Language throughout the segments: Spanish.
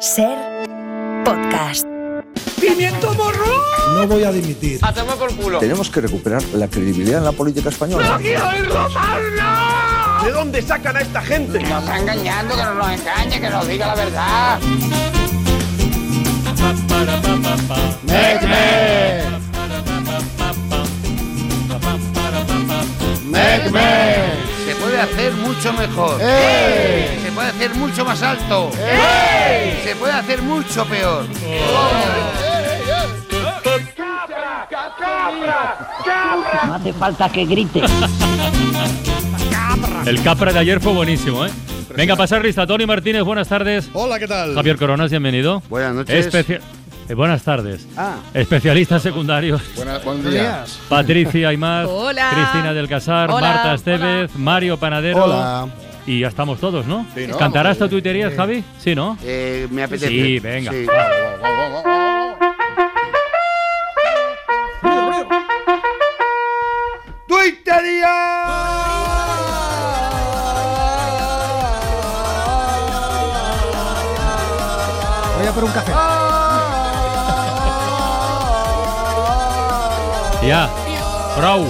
Ser podcast. ¡Pimiento morro! No voy a dimitir. ¡A tomar por culo! Tenemos que recuperar la credibilidad en la política española. ¿De dónde sacan a esta gente? Que nos está engañando, que no nos engañe, que nos diga la verdad. ¡Mecme! ¡Mecme! Se puede hacer mucho mejor. ¡Eh! Se puede hacer mucho más alto. ¡Eh! Se puede hacer mucho peor. No hace falta que grite. El Capra de ayer fue buenísimo, ¿eh? Venga, a pasar lista. Tony Martínez, buenas tardes. Hola, ¿qué tal? Javier Coronas, bienvenido. Buenas noches. Especia- eh, buenas tardes. Ah. Especialistas secundarios. Buenas, buenos días. Patricia Aymar. Hola. Cristina del Casar. Hola, Marta Estevez. Mario Panadero. Hola. Y ya estamos todos, ¿no? Sí, ¿no? ¿Cantarás tu tuitería, Javi? Sí, ¿no? Eh, me apetece. Sí, venga. Ah. Sí. ¡Twittería! Voy a por un café. Ya. Bravo.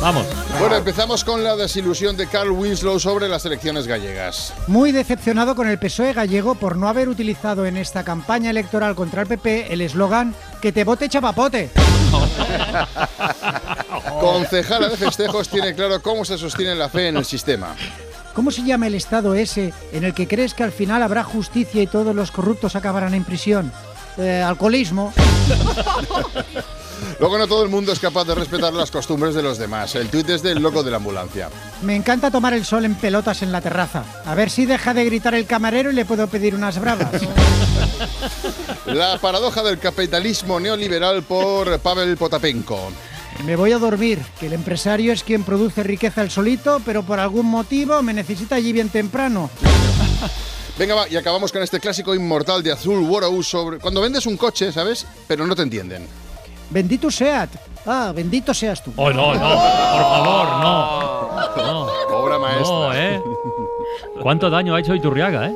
Vamos. Bueno, empezamos con la desilusión de Carl Winslow sobre las elecciones gallegas. Muy decepcionado con el PSOE E gallego por no haber utilizado en esta campaña electoral contra el PP el eslogan que te vote chapapote. Concejala de festejos tiene claro cómo se sostiene la fe en el sistema. ¿Cómo se llama el estado ese en el que crees que al final habrá justicia y todos los corruptos acabarán en prisión? Eh, alcoholismo. Luego no todo el mundo es capaz de respetar las costumbres de los demás. El tuit es del loco de la ambulancia. Me encanta tomar el sol en pelotas en la terraza. A ver si deja de gritar el camarero y le puedo pedir unas bravas. La paradoja del capitalismo neoliberal por Pavel Potapenko. Me voy a dormir, que el empresario es quien produce riqueza el solito, pero por algún motivo me necesita allí bien temprano. Venga, va, y acabamos con este clásico inmortal de Azul Warrow sobre cuando vendes un coche, ¿sabes? Pero no te entienden. Bendito Seat. Ah, bendito seas tú. Oh, no, no. Por favor, no. No. Obra maestra. No, ¿eh? ¿Cuánto daño ha hecho Iturriaga, eh?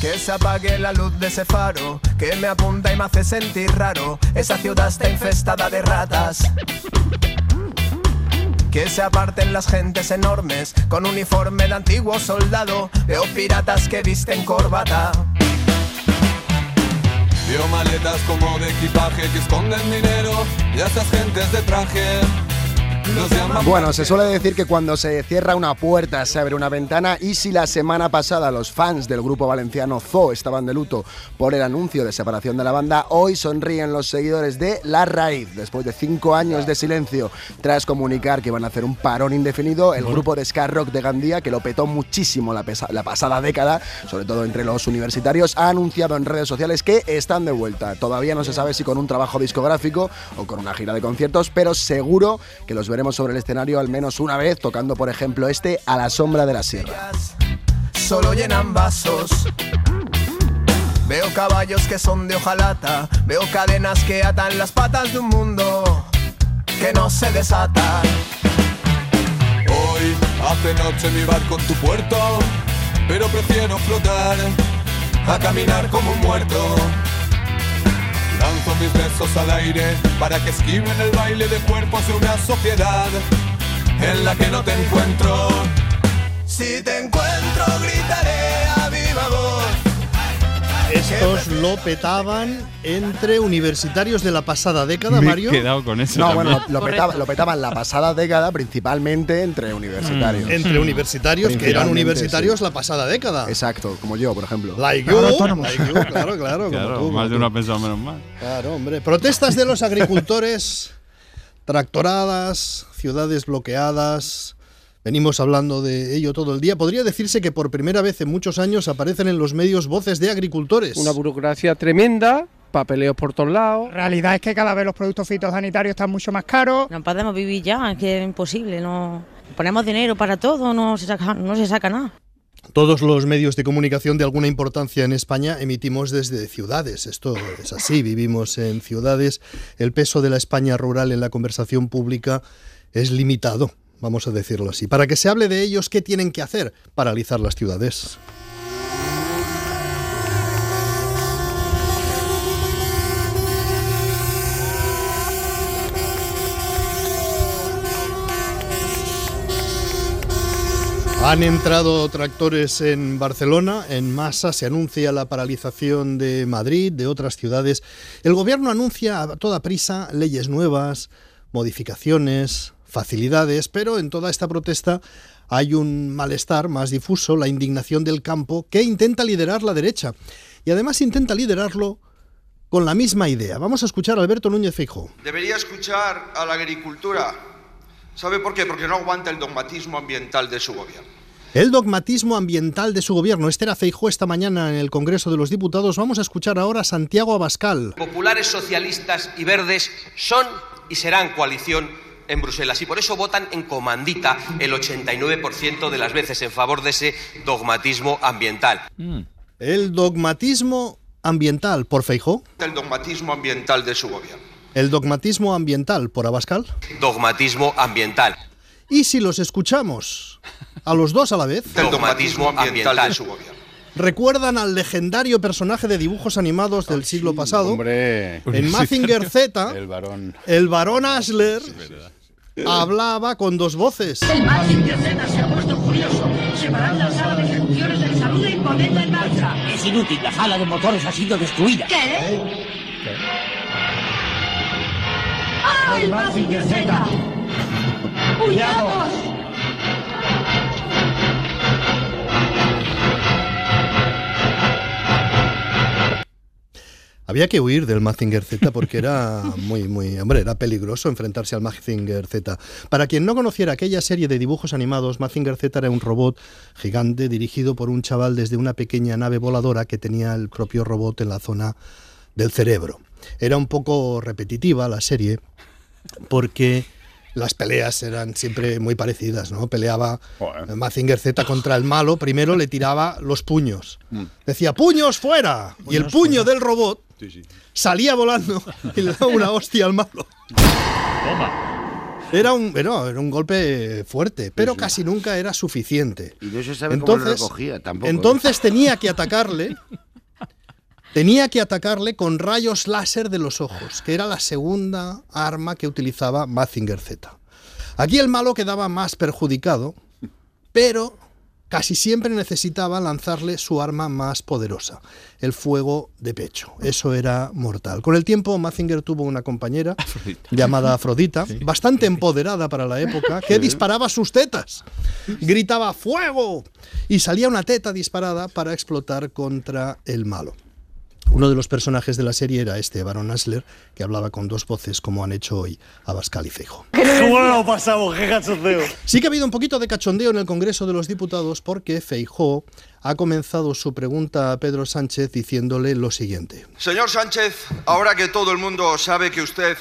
Que se apague la luz de ese faro que me apunta y me hace sentir raro. Esa ciudad está infestada de ratas. Que se aparten las gentes enormes con uniforme de antiguo soldado. Veo piratas que visten corbata. Veo maletas como de equipaje que esconden dinero y a esas gentes de traje los llaman Bueno, se suele decir que cuando se cierra una puerta se abre una ventana y si la semana pasada los fans del grupo valenciano Zoo estaban de luto por el anuncio de separación de la banda, hoy sonríen los seguidores de La Raíz. Después de cinco años de silencio, tras comunicar que van a hacer un parón indefinido, el grupo de ska rock de Gandía, que lo petó muchísimo la, pesa- la pasada década, sobre todo entre los universitarios, ha anunciado en redes sociales que están de vuelta. Todavía no se sabe si con un trabajo discográfico o con una gira de conciertos, pero seguro que los veremos sobre el escenario al menos una vez, tocando por ejemplo este a la sombra de la sierra. Solo llenan vasos. Veo caballos que son de hojalata. Veo cadenas que atan las patas de un mundo que no se desatan. Ah. Hoy hace noche mi barco en tu puerto, pero prefiero flotar a caminar como un muerto. Lanzo mis besos al aire para que esquiven el baile de cuerpos de una sociedad en la que no te encuentro. Si te encuentro, gritaré a viva voz. Estos lo petaban entre universitarios de la pasada década, Me he Mario. quedado con No, bueno, lo, lo petaba- lo petaban la pasada década principalmente entre universitarios. Mm. Entre universitarios que eran Principalmente, universitarios sí. la pasada década. Exacto, como yo, por ejemplo. Like you, like you, claro, claro, Claro, como tú. más de uno ha pensado menos mal. Claro, hombre. Protestas de los agricultores, tractoradas, ciudades bloqueadas. Venimos hablando de ello todo el día. Podría decirse que por primera vez en muchos años aparecen en los medios voces de agricultores. Una burocracia tremenda, papeleos por todos lados. realidad es que cada vez los productos fitosanitarios están mucho más caros. No podemos vivir ya, es que es imposible, no ponemos dinero para todo, no se saca, no se saca nada. Todos los medios de comunicación de alguna importancia en España emitimos desde ciudades. Esto es así, vivimos en ciudades. El peso de la España rural en la conversación pública es limitado, vamos a decirlo así. Para que se hable de ellos, ¿qué tienen que hacer? Paralizar las ciudades. Han entrado tractores en Barcelona en masa, se anuncia la paralización de Madrid, de otras ciudades. El gobierno anuncia a toda prisa leyes nuevas, modificaciones, facilidades, pero en toda esta protesta hay un malestar más difuso, la indignación del campo, que intenta liderar la derecha. Y además intenta liderarlo con la misma idea. Vamos a escuchar a Alberto Núñez Feijóo. Debería escuchar a la agricultura. ¿Sabe por qué? Porque no aguanta el dogmatismo ambiental de su gobierno. El dogmatismo ambiental de su gobierno. Este era Feijó esta mañana en el Congreso de los Diputados. Vamos a escuchar ahora a Santiago Abascal. Populares, socialistas y verdes son y serán coalición en Bruselas y por eso votan en comandita el 89% de las veces en favor de ese dogmatismo ambiental. El dogmatismo ambiental por Feijó. El dogmatismo ambiental de su gobierno. El dogmatismo ambiental por Abascal. Dogmatismo ambiental. Y si los escuchamos a los dos a la vez. El dogmatismo ambiental de su gobierno. Recuerdan al legendario personaje de dibujos animados del siglo pasado. En Mazinger Z, El varón. el barón Asler hablaba con dos voces. El Mazinger Z se ha puesto furioso. Se las salas de funciones del saludo y ponedla en marcha. Es inútil, la sala de motores ha sido destruida. ¿Qué? ¡Ah, el Mazinger Z! ¡Huyamos! Había que huir del Mazinger Z porque era muy, muy, hombre, era peligroso enfrentarse al Mazinger Z. Para quien no conociera aquella serie de dibujos animados, Mazinger Z era un robot gigante dirigido por un chaval desde una pequeña nave voladora que tenía el propio robot en la zona del cerebro. Era un poco repetitiva la serie porque las peleas eran siempre muy parecidas, ¿no? Peleaba Mazinger Z contra el malo, primero le tiraba los puños. Decía, puños fuera. y el puño del robot salía volando y le daba una hostia al malo. Era un, bueno, era un golpe fuerte, pero casi nunca era suficiente. Y no se sabe cómo lo recogía tampoco, ¿eh? Entonces tenía que atacarle. Tenía que atacarle con rayos láser de los ojos, que era la segunda arma que utilizaba Mazinger Z. Aquí el malo quedaba más perjudicado, pero casi siempre necesitaba lanzarle su arma más poderosa, el fuego de pecho. Eso era mortal. Con el tiempo, Mazinger tuvo una compañera llamada Afrodita, bastante empoderada para la época, que Sí. disparaba sus tetas. Gritaba ¡Fuego! Y salía una teta disparada para explotar contra el malo. Uno de los personajes de la serie era este, Baron Asler, que hablaba con dos voces, como han hecho hoy Abascal y Feijo. ¿Cómo lo pasamos? ¿Qué cachondeo? Sí que ha habido un poquito de cachondeo en el Congreso de los Diputados porque Feijó ha comenzado su pregunta a Pedro Sánchez diciéndole lo siguiente. Señor Sánchez, ahora que todo el mundo sabe que usted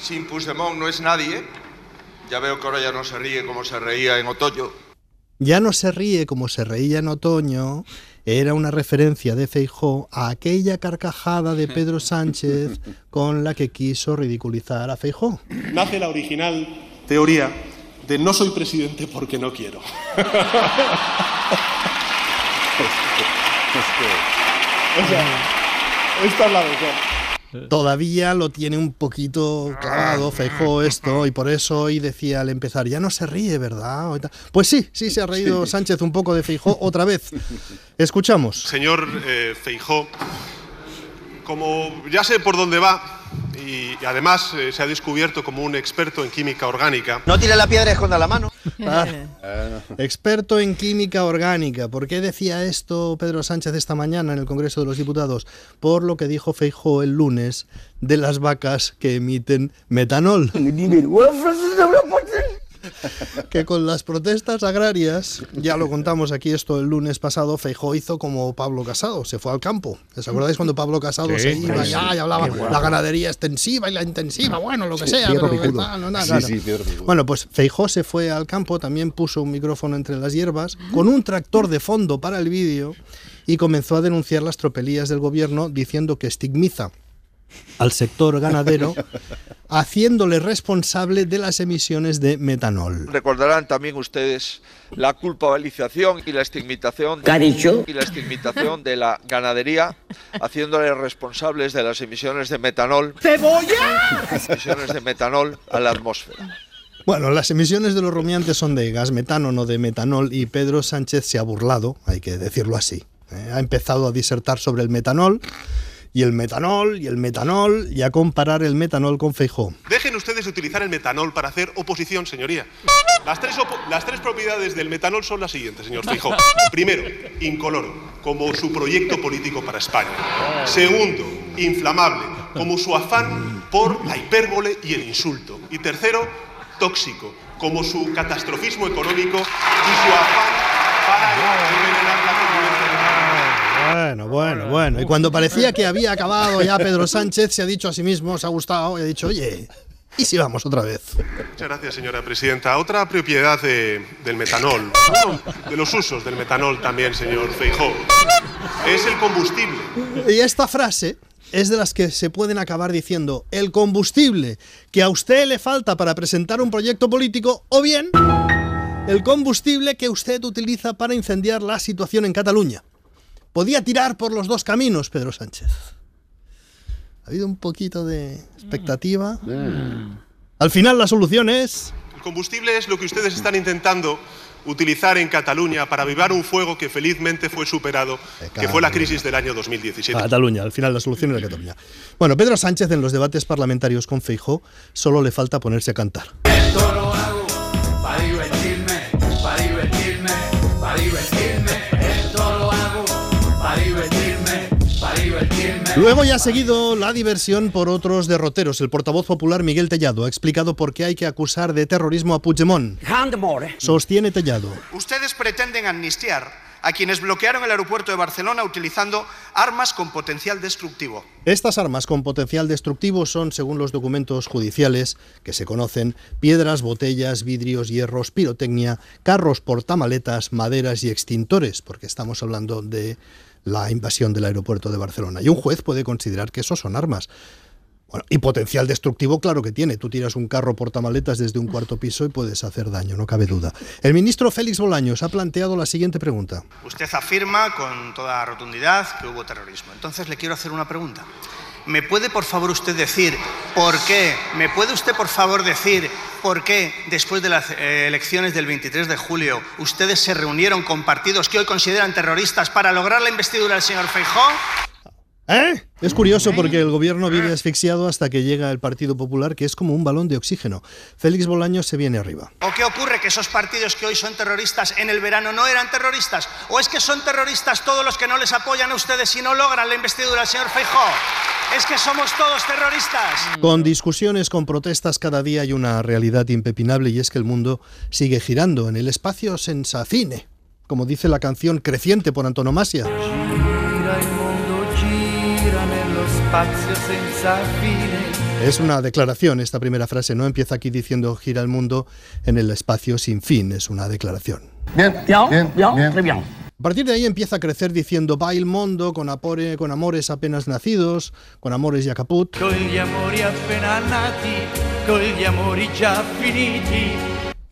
sin Puigdemont no es nadie, ya veo que ahora ya no se ríe como se reía en otoño. Ya no se ríe como se reía en otoño, era una referencia de Feijó a aquella carcajada de Pedro Sánchez con la que quiso ridiculizar a Feijó. Nace la original teoría de no soy presidente porque no quiero. O sea, esta es la mejor. Todavía lo tiene un poquito clavado Feijó esto y por eso hoy decía al empezar, ya no se ríe, ¿verdad? O tal. Pues sí, sí se ha reído Sánchez un poco de Feijó otra vez. Escuchamos. Señor eh, Feijó, como ya sé por dónde va y, y además eh, se ha descubierto como un experto en química orgánica. No tire la piedra y esconda la mano. Ah, experto en química orgánica. ¿Por qué decía esto Pedro Sánchez esta mañana en el Congreso de los Diputados? Por lo que dijo Feijó el lunes de las vacas que emiten metanol. que con las protestas agrarias, ya lo contamos aquí esto el lunes pasado, Feijó hizo como Pablo Casado, se fue al campo. ¿Os acordáis cuando Pablo Casado Sí, se iba sí, allá sí. y hablaba Qué guapo. la ganadería extensiva y la intensiva, bueno, lo que Sí, sea, Pietro pero Picudo. tal, no, nada, Sí, nada. sí, Pietro Picudo. Bueno, pues Feijó se fue al campo, también puso un micrófono entre las hierbas, con un tractor de fondo para el vídeo y comenzó a denunciar las tropelías del gobierno diciendo que estigmiza al sector ganadero haciéndole responsable de las emisiones de metanol. Recordarán también ustedes la culpabilización y la estigmatización ¿Qué ha dicho? y la estigmatización de la ganadería, haciéndole responsables de las emisiones de metanol, ¡Cebolla! emisiones de metanol a la atmósfera. Bueno, las emisiones de los rumiantes son de gas metano, no de metanol, y Pedro Sánchez se ha burlado, hay que decirlo así. ¿eh? Ha empezado a disertar sobre el metanol, y el metanol, y el metanol, y a comparar el metanol con Feijó. Dejen ustedes de utilizar el metanol para hacer oposición, señoría. Las tres, opo- las tres propiedades del metanol son las siguientes, señor Feijóo. Primero, incoloro, como su proyecto político para España. Segundo, inflamable, como su afán por la hipérbole y el insulto. Y tercero, tóxico, como su catastrofismo económico y su afán para envenenar la convivencia de la Bueno, bueno, bueno. Y cuando parecía que había acabado ya Pedro Sánchez, se ha dicho a sí mismo, se ha gustado, y ha dicho, oye, ¿y si vamos otra vez? Muchas gracias, señora presidenta. Otra propiedad de- del metanol, no, de los usos del metanol también, señor Feijó, es el combustible. Y esta frase es de las que se pueden acabar diciendo el combustible que a usted le falta para presentar un proyecto político o bien el combustible que usted utiliza para incendiar la situación en Cataluña. Podía tirar por los dos caminos, Pedro Sánchez. Ha habido un poquito de expectativa. Al final la solución es... El combustible es lo que ustedes están intentando utilizar en Cataluña para avivar un fuego que felizmente fue superado, que fue la crisis del año 2017. Cataluña, al final la solución era Cataluña. Bueno, Pedro Sánchez en los debates parlamentarios con Feijó solo le falta ponerse a cantar. Para divertirme, para divertirme, para divertirme. Esto lo hago para divertirme, para divertirme. Luego ya ha seguido la diversión por otros derroteros. El portavoz popular Miguel Tellado ha explicado por qué hay que acusar de terrorismo a Puigdemont. eh? Sostiene Tellado. Ustedes pretenden amnistiar a quienes bloquearon el aeropuerto de Barcelona utilizando armas con potencial destructivo. Estas armas con potencial destructivo son, según los documentos judiciales que se conocen, piedras, botellas, vidrios, hierros, pirotecnia, carros portamaletas, maderas y extintores, porque estamos hablando de la invasión del aeropuerto de Barcelona. Y un juez puede considerar que eso son armas. Bueno, y potencial destructivo, claro que tiene. Tú tiras un carro portamaletas desde un cuarto piso y puedes hacer daño, no cabe duda. El ministro Félix Bolaños ha planteado la siguiente pregunta. Usted afirma con toda rotundidad que hubo terrorismo. Entonces le quiero hacer una pregunta. ¿Me puede por favor usted decir por qué? ¿Me puede usted por favor decir por qué después de las eh, elecciones del 23 de julio ustedes se reunieron con partidos que hoy consideran terroristas para lograr la investidura del señor Feijóo? ¿Eh? Es curioso porque el gobierno vive asfixiado hasta que llega el Partido Popular, que es como un balón de oxígeno. Félix Bolaños se viene arriba. ¿O qué ocurre? ¿Que esos partidos que hoy son terroristas en el verano no eran terroristas? ¿O es que son terroristas todos los que no les apoyan a ustedes y no logran la investidura del señor Feijóo? ¿Es que somos todos terroristas? Con discusiones, con protestas, cada día hay una realidad impepinable y es que el mundo sigue girando en el espacio sensacine, como dice la canción creciente por antonomasia. Gira il mondo, gira nello spazio senza fine. Es una declaración esta primera frase, no empieza aquí diciendo gira el mundo en el espacio sin fin, es una declaración. Bien, bien, bien, bien. A partir de ahí empieza a crecer diciendo va el mundo con, apore- con amores apenas nacidos, con amores ya caput. Con gli amori appena nati, con gli amori già finiti,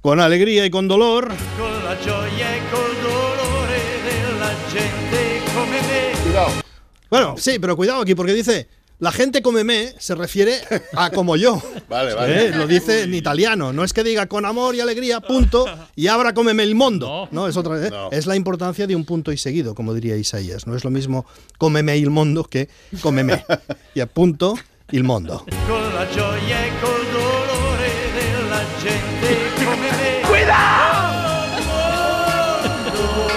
Con alegría y con dolor. con la gioia e col dolore della gente come me. Bueno, sí, pero cuidado aquí porque dice la gente come me se refiere a como yo. Vale, ¿Eh? Lo dice en italiano. No es que diga con amor y alegría, punto, y ahora cómeme el mundo. No, es otra ¿eh? Es la importancia de un punto y seguido, como diría Isaías. No es lo mismo cómeme el mundo que cómeme. Y a punto el mundo. Con la gioia e col dolore della gente come me. Cuidado!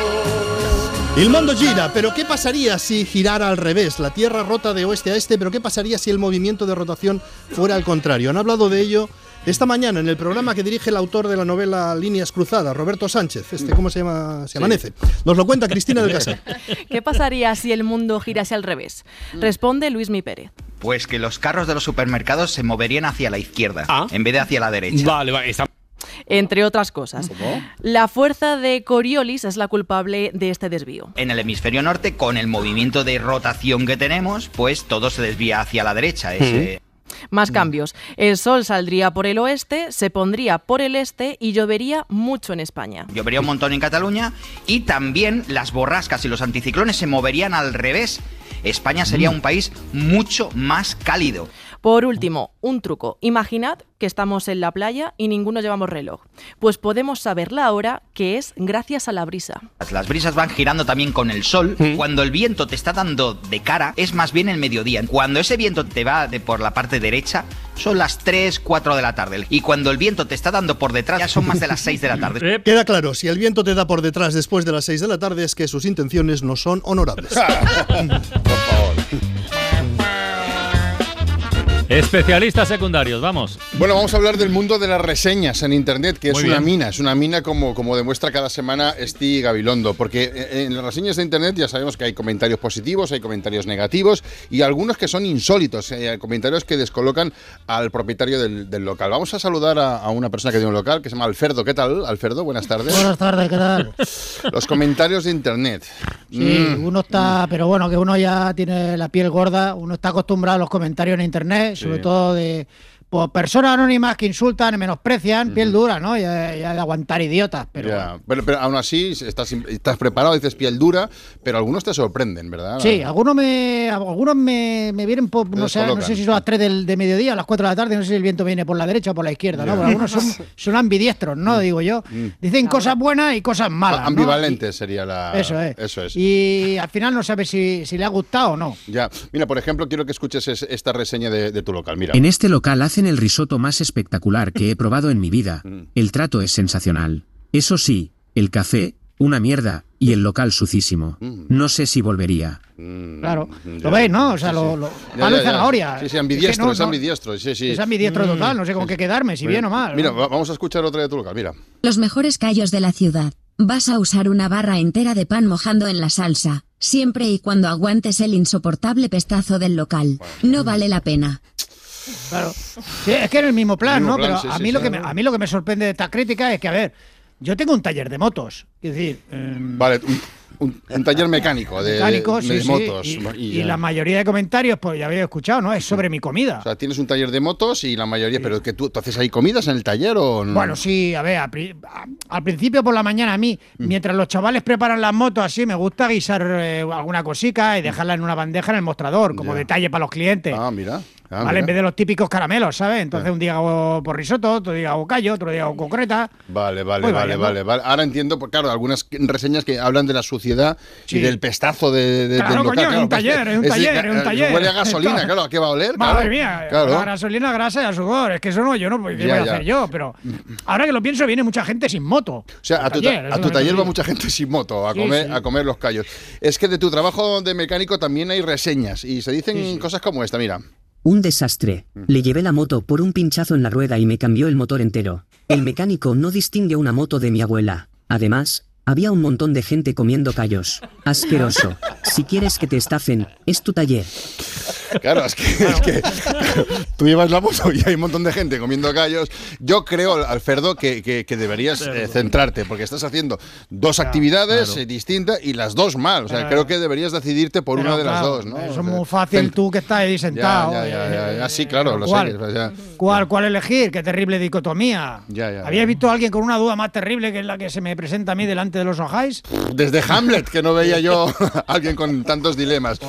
El mundo gira, pero ¿qué pasaría si girara al revés? La Tierra rota de oeste a este, pero ¿qué pasaría si el movimiento de rotación fuera al contrario? Han hablado de ello esta mañana en el programa que dirige el autor de la novela Líneas Cruzadas, Roberto Sánchez. Este, ¿Cómo se llama? Se amanece. Nos lo cuenta Cristina del Casar. ¿Qué pasaría si el mundo girase al revés? Responde Luis Mi Pérez. Pues que los carros de los supermercados se moverían hacia la izquierda, en vez de hacia la derecha. Ah. Vale, vale, está... Entre otras cosas. La fuerza de Coriolis es la culpable de este desvío. En el hemisferio norte, con el movimiento de rotación que tenemos, pues todo se desvía hacia la derecha. eh, Ese... Más cambios. El sol saldría por el oeste, se pondría por el este y llovería mucho en España. Llovería un montón en Cataluña y también las borrascas y los anticiclones se moverían al revés España sería un país mucho más cálido. Por último, un truco. Imaginad que estamos en la playa y ninguno llevamos reloj. Pues podemos saber la hora que es gracias a la brisa. Las brisas van girando también con el sol. Cuando el viento te está dando de cara, es más bien el mediodía. Cuando ese viento te va de por la parte derecha, son las 3, 4 de la tarde. Y cuando el viento te está dando por detrás, ya son más de las 6 de la tarde. Queda claro, si el viento te da por detrás después de las 6 de la tarde es que sus intenciones no son honorables. Especialistas secundarios, vamos. Bueno, vamos a hablar del mundo de las reseñas en Internet, que es Muy una bien. mina, es una mina como, como demuestra cada semana Esti Gabilondo, porque eh, en las reseñas de Internet ya sabemos que hay comentarios positivos, hay comentarios negativos y algunos que son insólitos, eh, comentarios que descolocan al propietario del, del local. Vamos a saludar a, a una persona que tiene un local que se llama Alferdo. ¿Qué tal, Alferdo? Buenas tardes. Buenas tardes, ¿qué tal? Los comentarios de Internet. Sí, Mm. uno está, pero bueno, que uno ya tiene la piel gorda, uno está acostumbrado a los comentarios en internet, sobre Sí. todo de pues, personas anónimas que insultan, y menosprecian, piel dura, ¿no? Ya, ya de aguantar idiotas. Pero Ya, pero, pero aún así estás, estás preparado, dices piel dura, pero algunos te sorprenden, ¿verdad? Sí, algunos me algunos me, me vienen por, Te no sé, no descolocan. sé si son las 3 del, de mediodía o las 4 de la tarde, no sé si el viento viene por la derecha o por la izquierda, ¿no? Pero algunos son, son ambidiestros, Mm. ¿no? Digo yo. Dicen cosas buenas y cosas malas. ¿no? Ah, Ambivalente sería la. Eso es. Eso es. Y al final no sabes si, si le ha gustado o no. Ya. Mira, por ejemplo, quiero que escuches es- esta reseña de, de tu local. Mira. En este local hacen el risoto más espectacular que he probado en mi vida. El trato es sensacional. Eso sí, el café, una mierda, y el local sucísimo. No sé si volvería. Claro. Ya. Lo veis, ¿no? O sea, lo, lo Ya, palo y ya, ya. zanahoria. Sí, sí, Es que ambidiestro, no, es no, ambidiestro. Sí, sí. Mm. es ambidiestro total, no sé con qué quedarme, si bien o mal. ¿no? Mira, va- vamos a escuchar otra de tu local. Mira. Los mejores callos de la ciudad. Vas a usar una barra entera de pan mojando en la salsa, siempre y cuando aguantes el insoportable pestazo del local. No vale la pena. Claro. Sí, es que en el mismo plan, El mismo ¿no? plan, Pero sí, a, sí, mí lo sí. que me, a mí lo que me sorprende de esta crítica es que, a ver, yo tengo un taller de motos. Es decir, em, Vale, un, un- un taller mecánico Eh, de, de- mecánicos, de sí, sí, motos. y- y, ya. la mayoría de comentarios, pues ya habéis escuchado, ¿no? Es sobre mi comida. O sea, tienes un taller de motos y la mayoría, pero que tú, ¿tú haces ahí comidas en el taller o no? Bueno, sí, a ver, al, pri- a- al principio por la mañana a mí, Mm. mientras los chavales preparan las motos así, me gusta guisar eh, alguna cosica y dejarla en una bandeja en el mostrador, como Mm. Ya. detalle para los clientes. Ah, mira. Ah, ¿Vale? mira. En vez de los típico típicos caramelos, ¿sabes? Entonces un día hago por risotto, otro día hago callo, otro día hago concreta. Vale, vale, Voy vale, variando. vale, vale. Ahora entiendo, porque claro, algunas reseñas que hablan de la suciedad y Sí. del pestazo de, de- Claro, del local. coño, es pues, un taller, es un decir, taller, es un eh, taller. Huele a gasolina, claro, ¿a qué va a oler? Madre Eh, Claro, mía, claro. la gasolina, grasa y a sudor, es que eso no, yo no, ¿qué Ya, voy a ya. hacer yo? Pero ahora que lo pienso, viene mucha gente sin moto. O sea, a tu, ta- a tu taller va mucha gente sin moto a Sí, comer, sí. a comer los callos. Es que de tu trabajo de mecánico también hay reseñas y se dicen cosas como esta, mira. Un desastre. Le llevé la moto por un pinchazo en la rueda y me cambió el motor entero. El mecánico no distingue una moto de mi abuela. Además, había un montón de gente comiendo callos. Asqueroso. Si quieres que te estafen, es tu taller. Claro, es que, es que, claro, tú llevas la moto y hay un montón de gente comiendo callos. Yo creo, Alfredo, que, que- que deberías eh, centrarte, porque estás haciendo dos actividades eh, distintas y las dos mal. O sea, Claro. creo que deberías decidirte por Pero una de claro, eh, las dos, ¿no? Eso es muy fácil tú que estás ahí Ya, sentado. ya, ya, ya, ya, Sí, claro, lo sé. ¿cuál? que- o sea, ¿Cuál, ¿Cuál elegir? Qué terrible dicotomía. ya, ya, ¿Habías visto a alguien con una duda más terrible que es la que se me presenta a mí delante de los ojáis? Desde Hamlet, que no veía yo a alguien con tantos dilemas.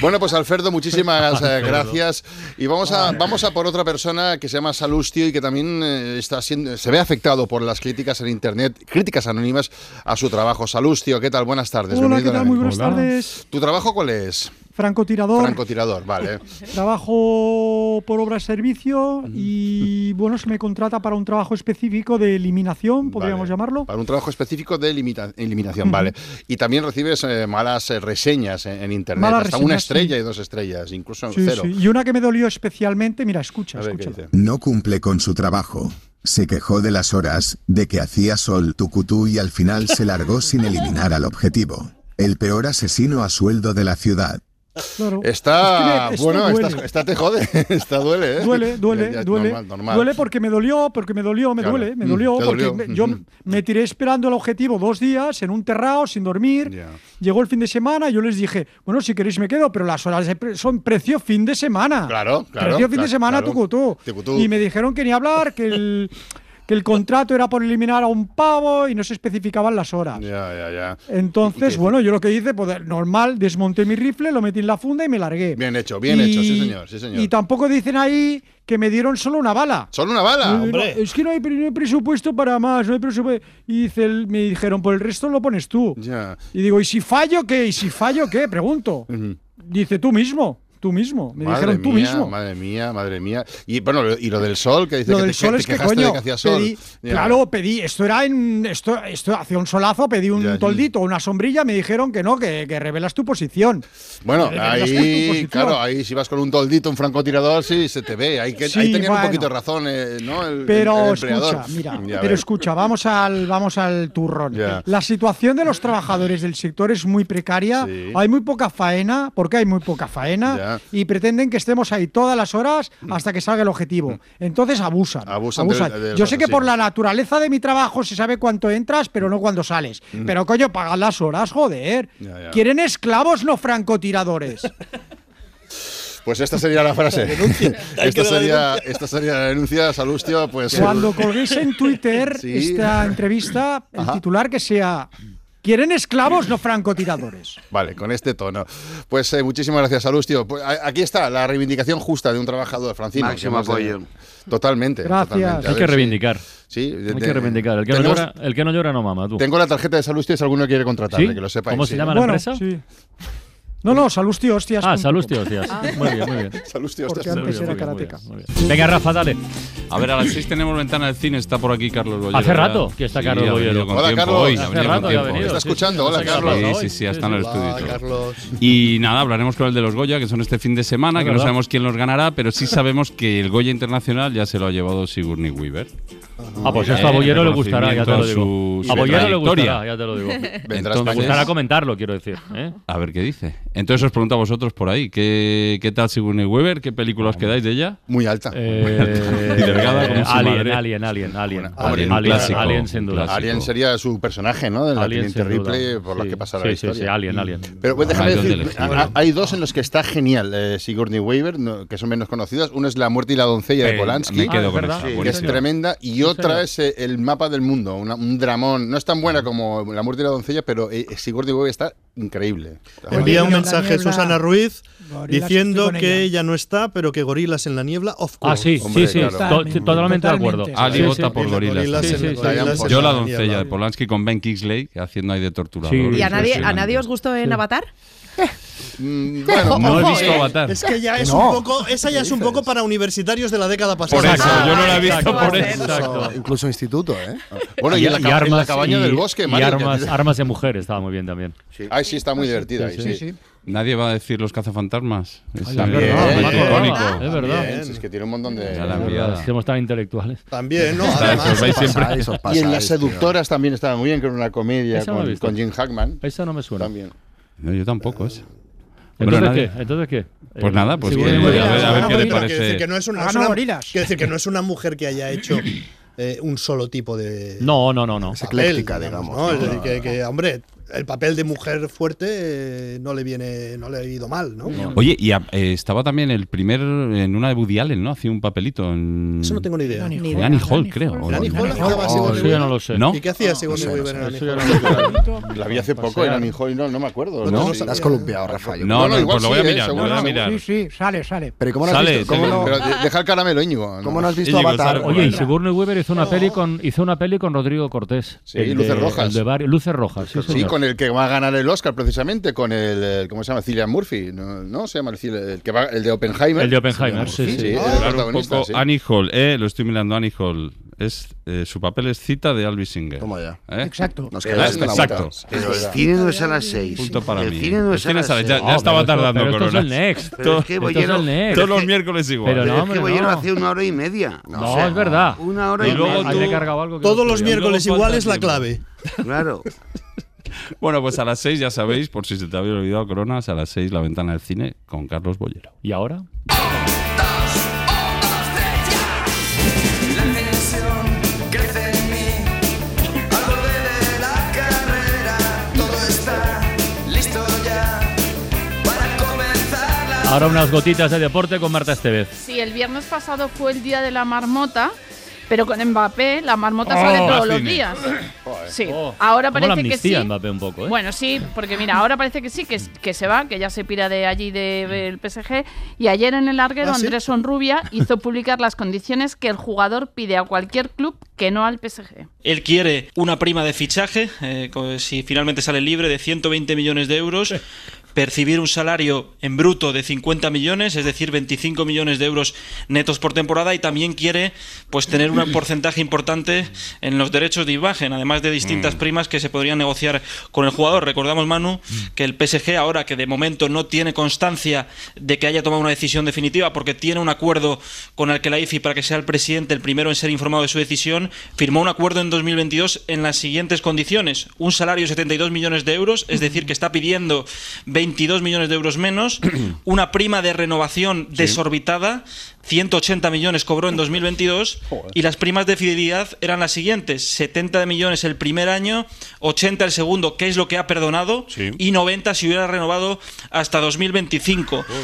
Bueno, pues Alfredo, muchísimas eh, Alfredo. gracias. Y vamos a, vamos a por otra persona que se llama Salustio y que también eh, está siendo, se ve afectado por las críticas en Internet, críticas anónimas a su trabajo. Salustio, ¿qué tal? Buenas tardes. Hola, Bienvenido ¿qué a la tal? Muy nave. buenas Hola. tardes. ¿Tu trabajo cuál es? Francotirador. Francotirador, vale. Trabajo por obra y servicio y bueno, se me contrata para un trabajo específico de eliminación, podríamos llamarlo. Para un trabajo específico de limita- eliminación, vale. Y también recibes eh, malas eh, reseñas en, en Internet. Malas Hasta una reseñas, sí. estrella y dos estrellas, incluso Sí, cero. sí. Y una que me dolió especialmente, mira, escucha, A ver qué escucha. dice. No cumple con su trabajo. Se quejó de las horas, de que hacía sol tucutú y al final se largó sin eliminar al objetivo. El peor asesino a sueldo de la ciudad. Claro. Está, Es que me- esto bueno, duele. esta, esta te jode, esta duele, ¿eh? Duele, duele, Ya, ya, duele. Normal, normal. Duele porque me dolió, porque me dolió, me Claro. duele, me Mm, dolió. te Porque dolió. Mm. me- yo Ujú. me tiré esperando el objetivo dos días en un terrao sin dormir. Llegó el fin de semana, yo les dije, bueno, si queréis me quedo, pero las horas de pre- son precio fin de semana. Claro, claro, Precio fin claro, de semana, claro. tucutú. Tucutú. Y me dijeron que ni hablar, que el. que el contrato era por eliminar a un pavo y no se especificaban las horas. Ya, ya, ya. Entonces, bueno, yo lo que hice, pues normal, desmonté mi rifle, lo metí en la funda y me largué. Bien hecho, bien hecho, sí, señor, sí, señor. Y tampoco dicen ahí que me dieron solo una bala. Solo una bala, Y digo, hombre. Es que no hay, pre- no hay presupuesto para más, no hay presupuesto. Y dice el- me dijeron, por el resto lo pones tú. Ya. Y digo, ¿y si fallo qué? ¿Y si fallo qué? Pregunto. Dice, tú mismo, tú mismo. Me dijeron, tú mía, mismo. Madre mía, madre mía. Y bueno, lo- y lo del sol, que dice Lo que, del te, sol que es te que, quejaste de coño, que hacía sol. pedí- Ya. claro, pedí, esto era en, esto, esto hacía un solazo, pedí un toldito, una sombrilla, me dijeron que no, que, que revelas tu posición. Bueno, Que revelas tu ahí, posición. claro, ahí si vas con un toldito, un francotirador, sí, se te ve. Ahí, que, Sí, ahí tenían un bueno. poquito de razón, eh, ¿no? El- el- Pero el escucha, empleador. mira, Ya pero ves. escucha, vamos al, vamos al turrón. Ya. La situación de los trabajadores del sector es muy precaria, Sí. hay muy poca faena, porque hay muy poca faena, y pretenden que estemos ahí todas las horas hasta que salga el objetivo. Entonces abusan. Mm. Abusan abusan. del- del Yo sé que racismo. por la naturaleza de mi trabajo se sabe cuánto entras, pero no cuándo sales. Mm. Pero coño, pagan las horas, joder. Ya, ya. Quieren esclavos, no francotiradores. Pues esta sería la frase. Hay que esta, dar la sería, denuncia. esta sería la denuncia, Salustio. Pues, Cuando colguéis en Twitter Sí. esta entrevista, el Ajá. titular que sea ¿Quieren esclavos, no francotiradores? Vale, con este tono. Pues eh, muchísimas gracias, Salustio. Pues, a- aquí está la reivindicación justa de un trabajador, Francino. Máximo que hemos de- apoyo. Totalmente. Gracias. totalmente. A ver Hay que si- reivindicar. Sí, de- Hay de- que reivindicar. El que, no tenemos- llora, el que no llora no mama, tú. Tengo la tarjeta de Salustio y si alguno quiere contratarle, ¿Sí? que lo sepáis. ¿Cómo se llama la Bueno, empresa? sí. No, no, Salustio Hostias. Ah, Salustio Hostias. Muy bien, muy bien. Salustio este Hostias. Porque antes era karateca. Venga, Rafa, dale. A ver, a las 6 tenemos ventana del cine. Está por aquí Carlos Bollero. Hace ¿verdad? rato que está Sí, Carlos ha venido Bollero. con Hola, tiempo Carlos. hoy, ha Hace venido con rato que ha tiempo. venido, Está sí, escuchando, sí, hola, nos ha Carlos. hablado Sí, sí, hoy. sí, ha estado en el Sí, estudio. sí. y todo. Carlos. Y nada, hablaremos con el de los Goya, que son este fin de semana, Es que no verdad. sabemos quién los ganará, pero sí sabemos que el Goya Internacional ya se lo ha llevado Sigourney Weaver. Ah, pues esto a Eh, Bollero le gustará, ya te lo digo. reconocimiento a su- su Bollero le gustará, trayectoria. ya te lo digo. Vendrá Me España. gustará comentarlo, quiero decir. ¿eh? A ver qué dice. Entonces os pregunto a vosotros por ahí, ¿qué, qué tal Sigourney Weaver? ¿Qué película os quedáis de ella? Muy alta. Eh, y delgada como su Alien, madre. Alien, Alien, Alien. Bueno, Alien, un Alien, clásico, Alien, un sin duda. clásico. Alien sería su personaje, ¿no? De la Alien, Teniente sin duda. Ripley, por la Sí, que pasará sí, la sí, historia. sí, Alien, Alien. Pero pues, Ah, déjame hay donde decir, elegir. a- a- hay dos en los que está genial eh, Sigourney Weaver, no- que son menos conocidas. Una es La muerte y la doncella de Eh, Polanski. me quedo Ah, es con verdad. esa, Que es buenísima. tremenda. Sí, Y otra señor. es eh, El mapa del mundo, una- un dramón. No es tan buena como La muerte y la doncella, pero eh, Sigourney Weaver está increíble. Envía un mensaje a Susana Ruiz Gorilas diciendo estoy con que ella. ella no está, pero que Gorilas en la niebla, of Ah, course. sí, sí, sí, to- sí, totalmente de acuerdo. Ali Ah, Sí, vota sí. por gorilas. Sí, sí, sí. Yo la doncella de Polanski con Ben Kingsley haciendo ahí de torturador. Sí. ¿Y a nadie, a Impresionante. nadie os gustó en Avatar? Mm, bueno, no he Ojo, visto eh, Avatar. Es que ya es No. un poco, esa ya es un poco para universitarios de la década pasada. eso, yo no la he visto por eso. Incluso, incluso instituto, ¿eh? Bueno, y en la ca- en la cabaña del bosque, y Mario, que armas, dice- armas de mujer estaba muy bien también. Ay, Pues sí, está muy divertida. ahí, sí. Nadie va a decir los cazafantasmas. Es También, algo icónico. Es verdad. También, si Es que tiene un montón de. Ya la enviada. Es que Somos tan intelectuales. También, ¿no? Está, Además, os vais os pasáis, siempre. os pasáis, Y en Las seductoras también estaba muy bien, que era una comedia Esa no la he con, visto. con Jim Hackman. Esa no me suena. También. No, yo tampoco, eso. ¿Entonces Bueno, qué? nadie- ¿Entonces qué? Pues Eh, nada, pues sí, que- bueno, a ver, bueno, a ver bueno, qué le bueno. Quiero decir que parece. no es una, Ah, es no, una- gorilas. quiero decir que no es una mujer que haya hecho eh, un solo tipo de No, no, no, no. papel, digamos, ¿no? El- que, que, hombre, el papel de mujer fuerte eh, no le viene, no le ha ido mal, ¿no? Oye, y a- eh, estaba también el primer en una de Woody Allen, ¿no? Hacía un papelito en. Eso no tengo ni idea. Ni En idea. Annie Hall, creo. o- Annie Hall Annie estaba Sigourney eso Weaver. yo no lo sé. ¿No? ¿Y qué hacía Sigourney Weaver en Annie Hall? La vi Pues hace poco en Annie Hall y no, no me acuerdo. No, No, no, te has columpiado, Rafa. yo No, creo. no, pues lo voy a sí, ¿eh? mirar, lo voy a Seguro. mirar. Sí, sí, sale, sale. Pero ¿cómo no has Sale, visto? ¿Cómo sale. no? Pero de- deja el caramelo, Íñigo. ¿Cómo no has visto Íñigo, Avatar? sale por Oye, y ahí. Sigourney Weaver hizo una, peli con, hizo una peli con Rodrigo Cortés. Sí, El de- Luces Rojas. el de vari- Luces Rojas, sí, Sí, señor. con el que va a ganar el Oscar precisamente, con el, el- ¿cómo se llama? Cillian Murphy, ¿no? ¿no? Se llama el, Cill- el que va, el de Oppenheimer. El de Oppenheimer, sí, sí. el Mirar un protagonista, poco sí. Annie Hall, eh, lo estoy mirando Annie Hall. Es, eh, su papel es cita de Alvis Singer. Toma ya. Exacto. Nos Eh, quedaste con la Exacto. boca. Pero el cine no es a las seis. Punto para el mí. Cine no El es cine a las es a las- seis. ya- ya estaba pero esto- tardando, pero esto es el Corona. next. Pero es que Esto es Bollero- el next. Todos los miércoles igual. Pero Pero no, es que hombre, Bollero no. hace una hora y media. No, es verdad. Una hora y, Y luego media. tú- Hazle cargado algo que Todos no los estudia. miércoles Luego igual es la falta clave. Claro. Bueno, pues a las 6 ya sabéis, por si se te había olvidado Coronas, a las 6 la ventana del cine con Carlos Bollero. ¿Y ahora? La tensión crece en mí, al borde de la carrera, todo está listo ya para comenzar la... Ahora unas gotitas de deporte con Marta Estevez. Sí, el viernes pasado fue el Día de la Marmota Pero con Mbappé la marmota Oh, sale ah, todos los días. Sí, ahora Como la parece que sí. amnistía Mbappé un poco, ¿eh? Bueno, sí, porque mira, ahora parece que sí, que, es- que se va, que ya se pira de allí del PSG. Y ayer en el larguero ¿Ah, sí? Andrés Onrubia hizo publicar las condiciones que el jugador pide a cualquier club que no al PSG. Él quiere una prima de fichaje, eh, co- si finalmente sale libre, de 120 millones de euros, percibir un salario en bruto de 50 millones, es decir, 25 millones de euros netos por temporada, y también quiere pues tener un porcentaje importante en los derechos de imagen, además de distintas primas que se podrían negociar con el jugador. Recordamos, Manu, que el PSG ahora que de momento no tiene constancia de que haya tomado una decisión definitiva porque tiene un acuerdo con el que la IFI para que sea el presidente el primero en ser informado de su decisión, firmó un acuerdo en 2022 en las siguientes condiciones. Un salario de 72 millones de euros, es decir, que está pidiendo 22 millones de euros menos, una prima de renovación desorbitada, 180 millones cobró en 2022 y las primas de fidelidad eran las siguientes, 70 millones el primer año, 80 el segundo, que es lo que ha perdonado, y 90 si hubiera renovado hasta 2025.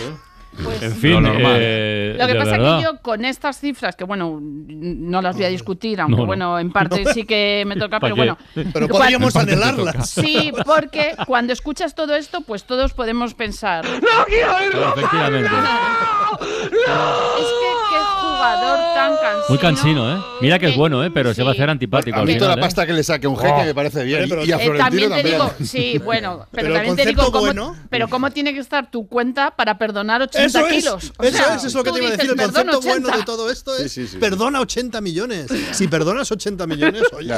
En fin, Lo normal. eh, Lo que de pasa verdad. que yo con estas cifras, que bueno, no las voy a discutir, aunque No, no. bueno, en parte sí que me toca, ¿Pa pero qué? bueno. Pero podríamos Cuando- En parte te anhelarlas. toca. Sí, porque cuando escuchas todo esto, pues todos podemos pensar. ¡No quiero Pero efectivamente. Es que qué jugador tan cansado. Muy cansino, ¿eh? Mira que es bueno, ¿eh? Pero se va a hacer antipático. A al mí toda la final, ¿eh? pasta que le saque un jeque Oh. me parece bien. Oye, pero- y a Eh, Florentino También te también. digo, sí, bueno, pero, Pero el también te digo concepto cómo, bueno. pero cómo tiene que estar tu cuenta para perdonar 80 Eso es, kilos. O eso sea, es, es lo que tú te iba a dices, decir. El "Perdona, concepto bueno 80". de todo esto es Sí, sí, sí. perdona 80 millones. Si perdonas 80 millones, oye.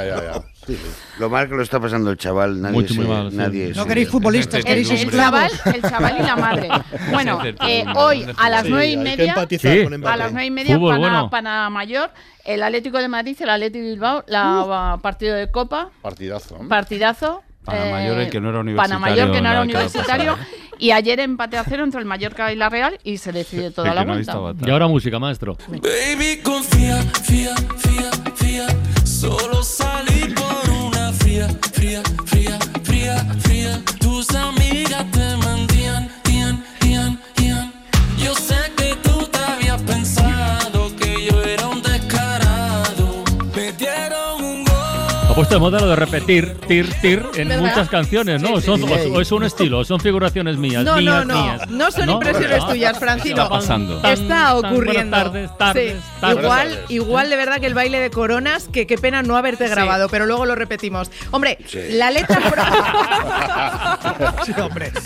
Lo mal que lo está pasando el chaval, nadie Mucho, se- muy mal, sí. nadie No se- queréis futbolistas, El, el chaval, el chaval y la madre. Bueno, eh, hoy a las Sí, nueve y hay que media, empatizar Sí. con Em- Mbappé. a las nueve y media, Fútbol, Pana- bueno. Panamayor, el Atlético de Madrid, el Atlético de Bilbao, la partido de Copa, Partidazo. ¿eh? partidazo. Panamayor, el que no era universitario Panamayor, que no era en la década universitario. Y ayer empate a cero entre el Mallorca y la Real y se decide toda la vuelta. Y ahora música, maestro. Baby, confía, fía, fía, fía. Solo salí por una fría, fría, fría, fría, fría. Tus amigas te mandían, tían, tían, tían. Yo sé que tú te habías pensado que yo era un descarado. Me dieron un Ha puesto de moda lo de repetir, tir, tir, en ¿Verdad? muchas canciones, ¿no? Son, o, o es un estilo, o son figuraciones mías. No, no, mías, no. mías. No son impresiones ¿Verdad? tuyas, Francino. Está pasando. Está ocurriendo. buenas tardes, tardes, Sí. tardes. Igual, Buenas igual de verdad que el baile de coronas, que qué pena no haberte grabado, pero luego lo repetimos. Hombre, Sí. la letra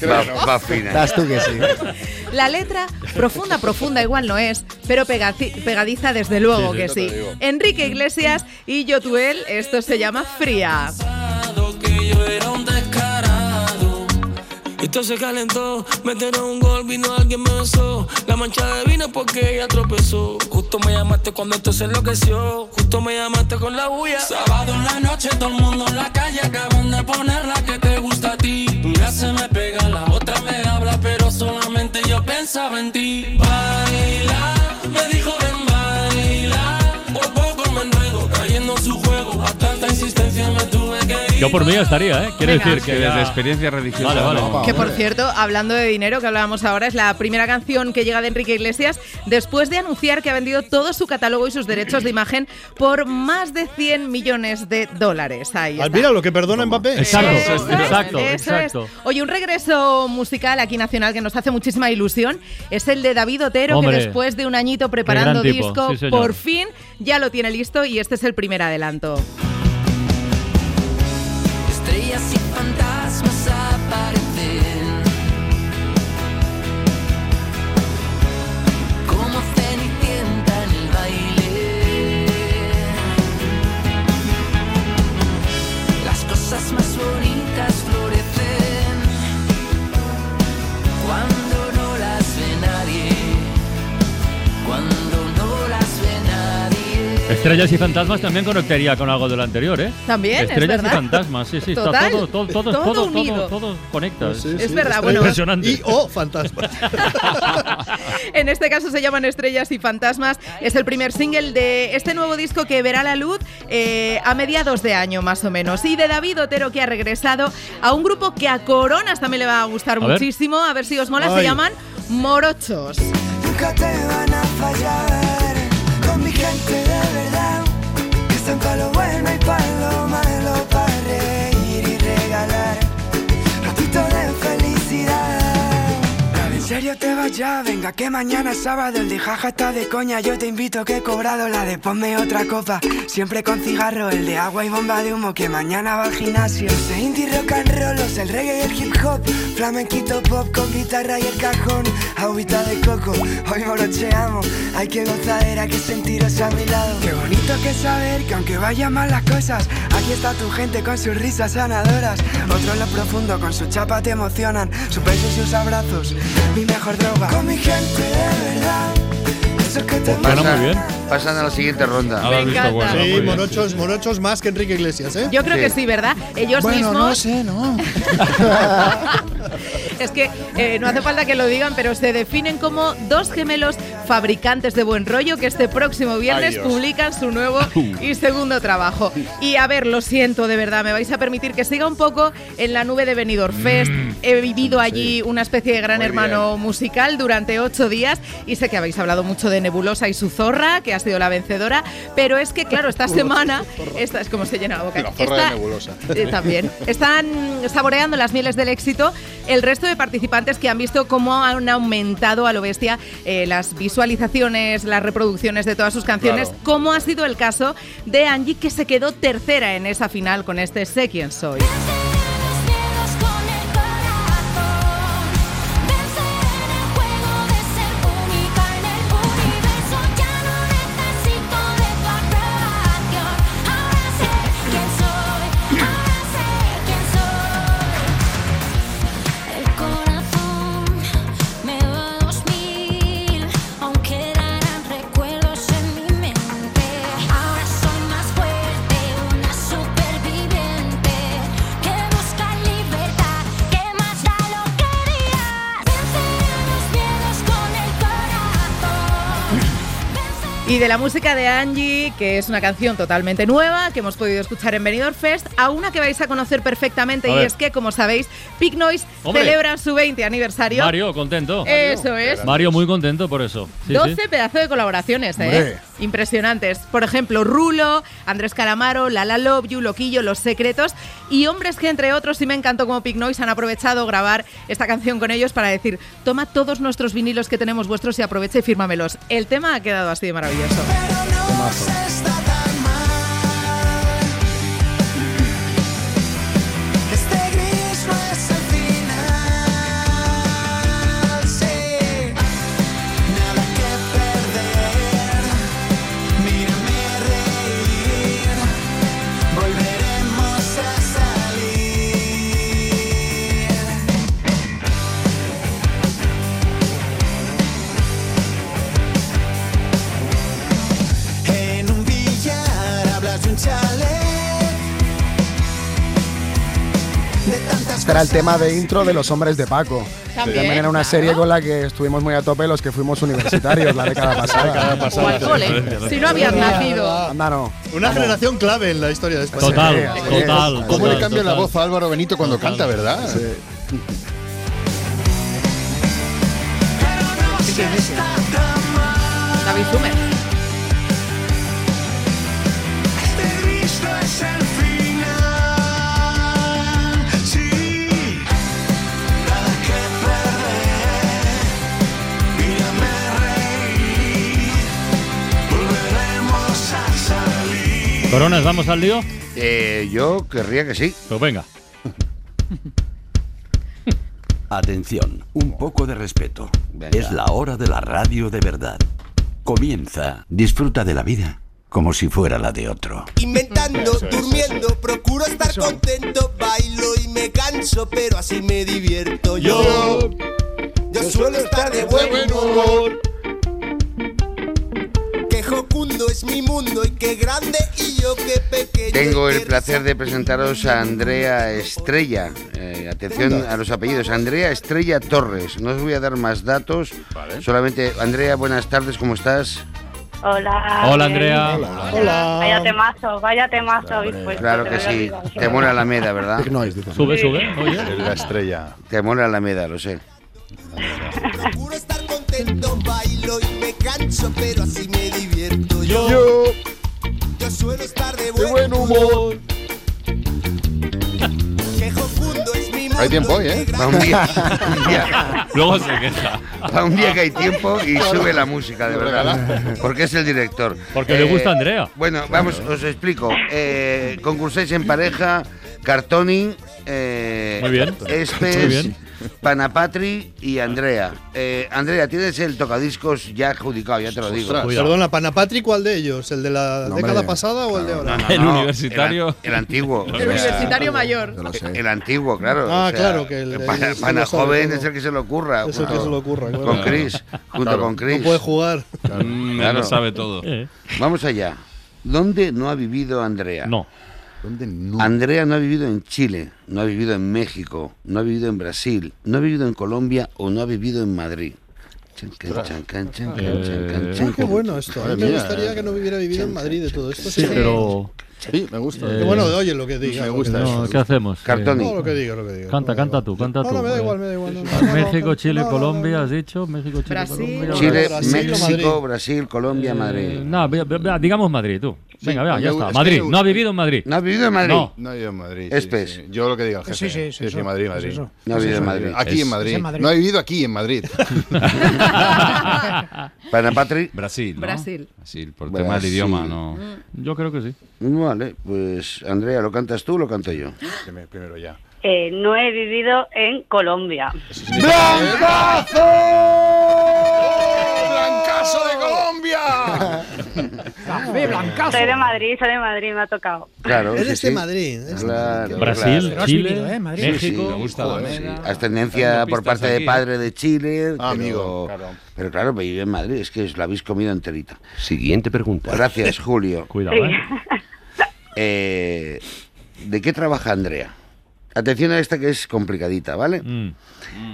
Va, va fina. Estás tú que sí. La letra profunda, profunda igual no es, pero pegaci- pegadiza desde Sí, luego sí, que eso te sí. digo. Enrique Iglesias y Yotuel, esto se llama Fría. descarado, que yo era un descarado. Y esto se calentó, metieron un gol, vino alguien me besó. La mancha de vino porque ella tropezó. Justo me llamaste cuando esto se enloqueció. Justo me llamaste con la bulla. Sábado en la noche, todo el mundo en la calle. Acaban de poner la que te gusta a ti. Una se me pega, la otra me habla, pero solamente yo pensaba en ti. Baila, me dijo ven baila. Por poco me enredo, cayendo en su juego. A tanta insistencia me tuve que ir. Yo por mí ya estaría, ¿eh? Quiero Venga. decir que Que desde ya- experiencia religiosa. Vale, vale. Que por cierto, hablando de dinero que hablábamos ahora, es la primera canción que llega de Enrique Iglesias después de anunciar que ha vendido todo su catálogo y sus derechos de imagen por más de 100 millones de dólares. Ahí Ah, está. mira lo que perdona Mbappé. Exacto, Eso es, exacto, Eso es. Oye, un regreso musical aquí nacional que nos hace muchísima ilusión es el de David Otero, Hombre, que después de un añito preparando gran tipo, disco, sí, señor. por fin ya lo tiene listo y este es el primer adelanto. Estrellas y fantasmas aparecen Como cenicienta en el baile Las cosas más bonitas florecen Cuando no las ve nadie Cuando no las ve nadie Estrellas y fantasmas también conectaría con algo de lo anterior, ¿eh? También, es Estrellas verdad. y fantasmas, sí, sí. Está Total, todo, todo, todo, todo todo, todo, unido. todo conecta. Sí, Es sí, verdad, está bueno. Impresionante. Y oh, fantasma. En este caso se llaman Estrellas y Fantasmas. Es el primer single de este nuevo disco que verá la luz eh, a mediados de año más o menos. Y de David Otero que ha regresado a un grupo que a Coronas también le va a gustar A ver. muchísimo. A ver si os mola. Se Ay. llaman Morochos. Nunca te van a fallar con mi gente de verdad. serio te vas ya, venga que mañana es sábado El de jaja está de coña, yo te invito que he cobrado La de ponme otra copa, siempre con cigarro El de agua y bomba de humo que mañana va al gimnasio Los de indie rock and rollos, el reggae y el hip hop Flamenquito pop con guitarra y el cajón Agüita de coco, hoy morocheamos Hay que gozadera, que sentiros a mi lado Qué bonito que saber que aunque vayan mal las cosas Aquí está tu gente con sus risas sanadoras Otro en lo profundo con su chapa te emocionan Sus besos y sus abrazos, mi mejor droga Con mi gente de verdad eso que te Pasan- Pasan a la siguiente ronda. Me encanta. Sí, morochos, morochos más que Enrique Iglesias, ¿eh? Yo creo que sí, ¿verdad? Ellos Bueno, mismos. no sé, no. es que eh, no hace falta que lo digan, pero se definen como dos gemelos fabricantes de buen rollo que este próximo Ay, viernes Dios. publican su nuevo y segundo trabajo. Y a ver, lo siento de verdad, me vais a permitir que siga un poco en la nube de Benidorm Fest. He vivido allí una especie de gran Muy hermano musical durante ocho días y sé que habéis hablado mucho de Nebulosa y su zorra, que ha sido la vencedora, pero es que claro, esta semana, esta es como se llena la boca. La zorra Esta- de nebulosa. eh, también. Están saboreando las mieles del éxito el resto de participantes que han visto cómo han aumentado a lo bestia eh, las visualizaciones, las reproducciones de todas sus canciones, Claro. como ha sido el caso de Angie que se quedó tercera en esa final con este Sé quién soy. El corazón me va a dos mil, aunque quedarán recuerdos en mi mente. Ahora soy más fuerte, una superviviente que busca libertad, que más da lo que digas. Vencer a los miedos con el corazón. Y de la música de Angie, que es una canción totalmente nueva que hemos podido escuchar en Benidorm Fest, a una que vais a conocer perfectamente A y ver. es que, como sabéis, Pink Noise Hombre. celebra su 20 aniversario. Mario, contento. Eso es. Mario, muy contento por eso. Sí, 12 sí. pedazos de colaboraciones, ¿eh? Hombre. Impresionantes. Por ejemplo, Rulo, Andrés Calamaro, Lala Love You, Loquillo, Los Secretos y hombres que, entre otros, y me encantó como Pink Noise, han aprovechado grabar esta canción con ellos para decir: toma todos nuestros vinilos que tenemos vuestros y aprovecha y fírmamelos. El tema ha quedado así de maravilloso. Este gris no es el final, sí. Nada que perder, mírame reír. Volveremos a salir. En un billar hablas de un chalet. Este era el tema de intro de Los Hombres de Paco. También, También, era una serie con la que estuvimos muy a tope los que fuimos universitarios la década pasada. La década pasada. O al cole, si no habías nacido. Anda, no. Una generación clave en la historia de España. Total, Sí, sí, total, ¿Cómo total, le cambia la total. voz a Álvaro Benito cuando canta, verdad? David Sumer. Este gris no es el final, sí. Nada que perder, mírame reír. Volveremos a salir. Coronas, ¿vamos al lío? Eh, yo querría que sí. Pues venga. Atención, un poco de respeto. Es la hora de la radio de verdad. Comienza, disfruta de la vida como si fuera la de otro. Inventando, durmiendo, procuro estar contento, bailo y me canso, pero así me divierto yo. Yo, suelo estar de buen humor. Qué jocundo es mi mundo y qué grande y yo qué pequeño. Tengo el placer de presentaros a Andrea Estrella. Eh, atención a los apellidos. Andrea Estrella Torres. No os voy a dar más datos. Solamente, Andrea, buenas tardes, ¿cómo estás? Hola. Hola, bien. Andrea. Hola. Hola. Vaya temazo, vaya temazo habéis puesto, Claro de que verdad sí. digo. Te mola Alameda, ¿verdad? Sube, Sí. sube, oye. Es la estrella. Te mola Alameda, lo sé. contento, bailo y me canso, pero así me divierto yo. Yo. Yo suelo estar de De buen, buen humor. Qué jocundo es mi mundo Hay tiempo hoy, ¿eh? Va un día. un día. Luego se queja. Va un día que hay tiempo y sube la música, de verdad. Porque es el director. Porque le gusta a Andrea. Bueno, vamos, os explico. Eh, concursáis en pareja, Cartoni, eh, Muy bien. Espes, Muy bien. Panapatri y Andrea. Eh, Andrea, tienes el tocadiscos ya adjudicado, ya te lo digo. Ostras, perdona, Panapatri, ¿cuál de ellos? ¿El de la década pasada o el de ahora? No, no, El, el antiguo. El universitario mayor. El antiguo, claro. Ah, claro, que el- Para, ese sí para lo sabe, joven claro. es el que se le ocurra. Es el que junto se le ocurra, claro. Con Chris, junto Claro. con Chris. No puede jugar. Claro. Mm, él Claro. lo sabe todo. Eh. Vamos allá. ¿Dónde no ha vivido Andrea? No. Andrea no ha vivido en Chile, no ha vivido en México, no ha vivido en Brasil, no ha vivido en Colombia o no ha vivido en Madrid. Chan, can, chan, can, chan, can, chan, can, Ah, chan, qué can. bueno esto. A mí Madre me mía, gustaría eh. que no hubiera vivido en Madrid de todo esto. Sí, pero- Sí, me gusta. Eh, bueno, oye, lo que diga. me lo gusta que eso. diga. No, ¿qué hacemos? Cartoni. No, lo que diga, lo que diga. Canta, canta tú, canta tú. No, no, me da Eh, igual, me da igual. no, no. México, Chile, Colombia, has dicho. México, Chile, Brasil. Colombia. Chile, Brasil. México, Brasil, Colombia, Eh, Madrid. nada, ve- ve- ve- digamos Madrid, tú. Venga, vea, me ya gu- está. es que Madrid, me gu- no ha vivido en Madrid. No ha vivido en Madrid. Este No. No ha vivido en Madrid. Espes. sí, sí. Yo lo que diga el Sí, jefe. sí, sí, es sí, eso. Madrid, Es Madrid. eso. No ha vivido en Madrid. Aquí Es- en es Madrid. en Madrid. No ha vivido aquí en Madrid. Panapatri. Brasil, ¿no? Brasil. Brasil, por tema del idioma, no. Yo creo que sí. Vale, pues Andrea, ¿lo cantas tú o lo canto yo? Primero ya. Eh, no he vivido en Colombia. ¡Oh, ¡Blancazo de Colombia! Soy de Madrid, soy de Madrid, me ha tocado. Claro, Eres sí, de este sí. Madrid, eres de Claro, Brasil, claro. Chile, Pero has vivido, ¿eh? Madrid. México, me gusta joder, Doménega. sí. Ascendencia Dando por pistas parte aquí, de ¿eh? padre de Chile. Ah, pero- amigo, claro. Pero claro, pero vive en Madrid, es que os la habéis comido enterita. Siguiente pregunta. Gracias, Julio. Cuidado, Sí. ¿eh? Eh, ¿De qué trabaja Andrea? Atención a esta que es complicadita, ¿vale? Mm.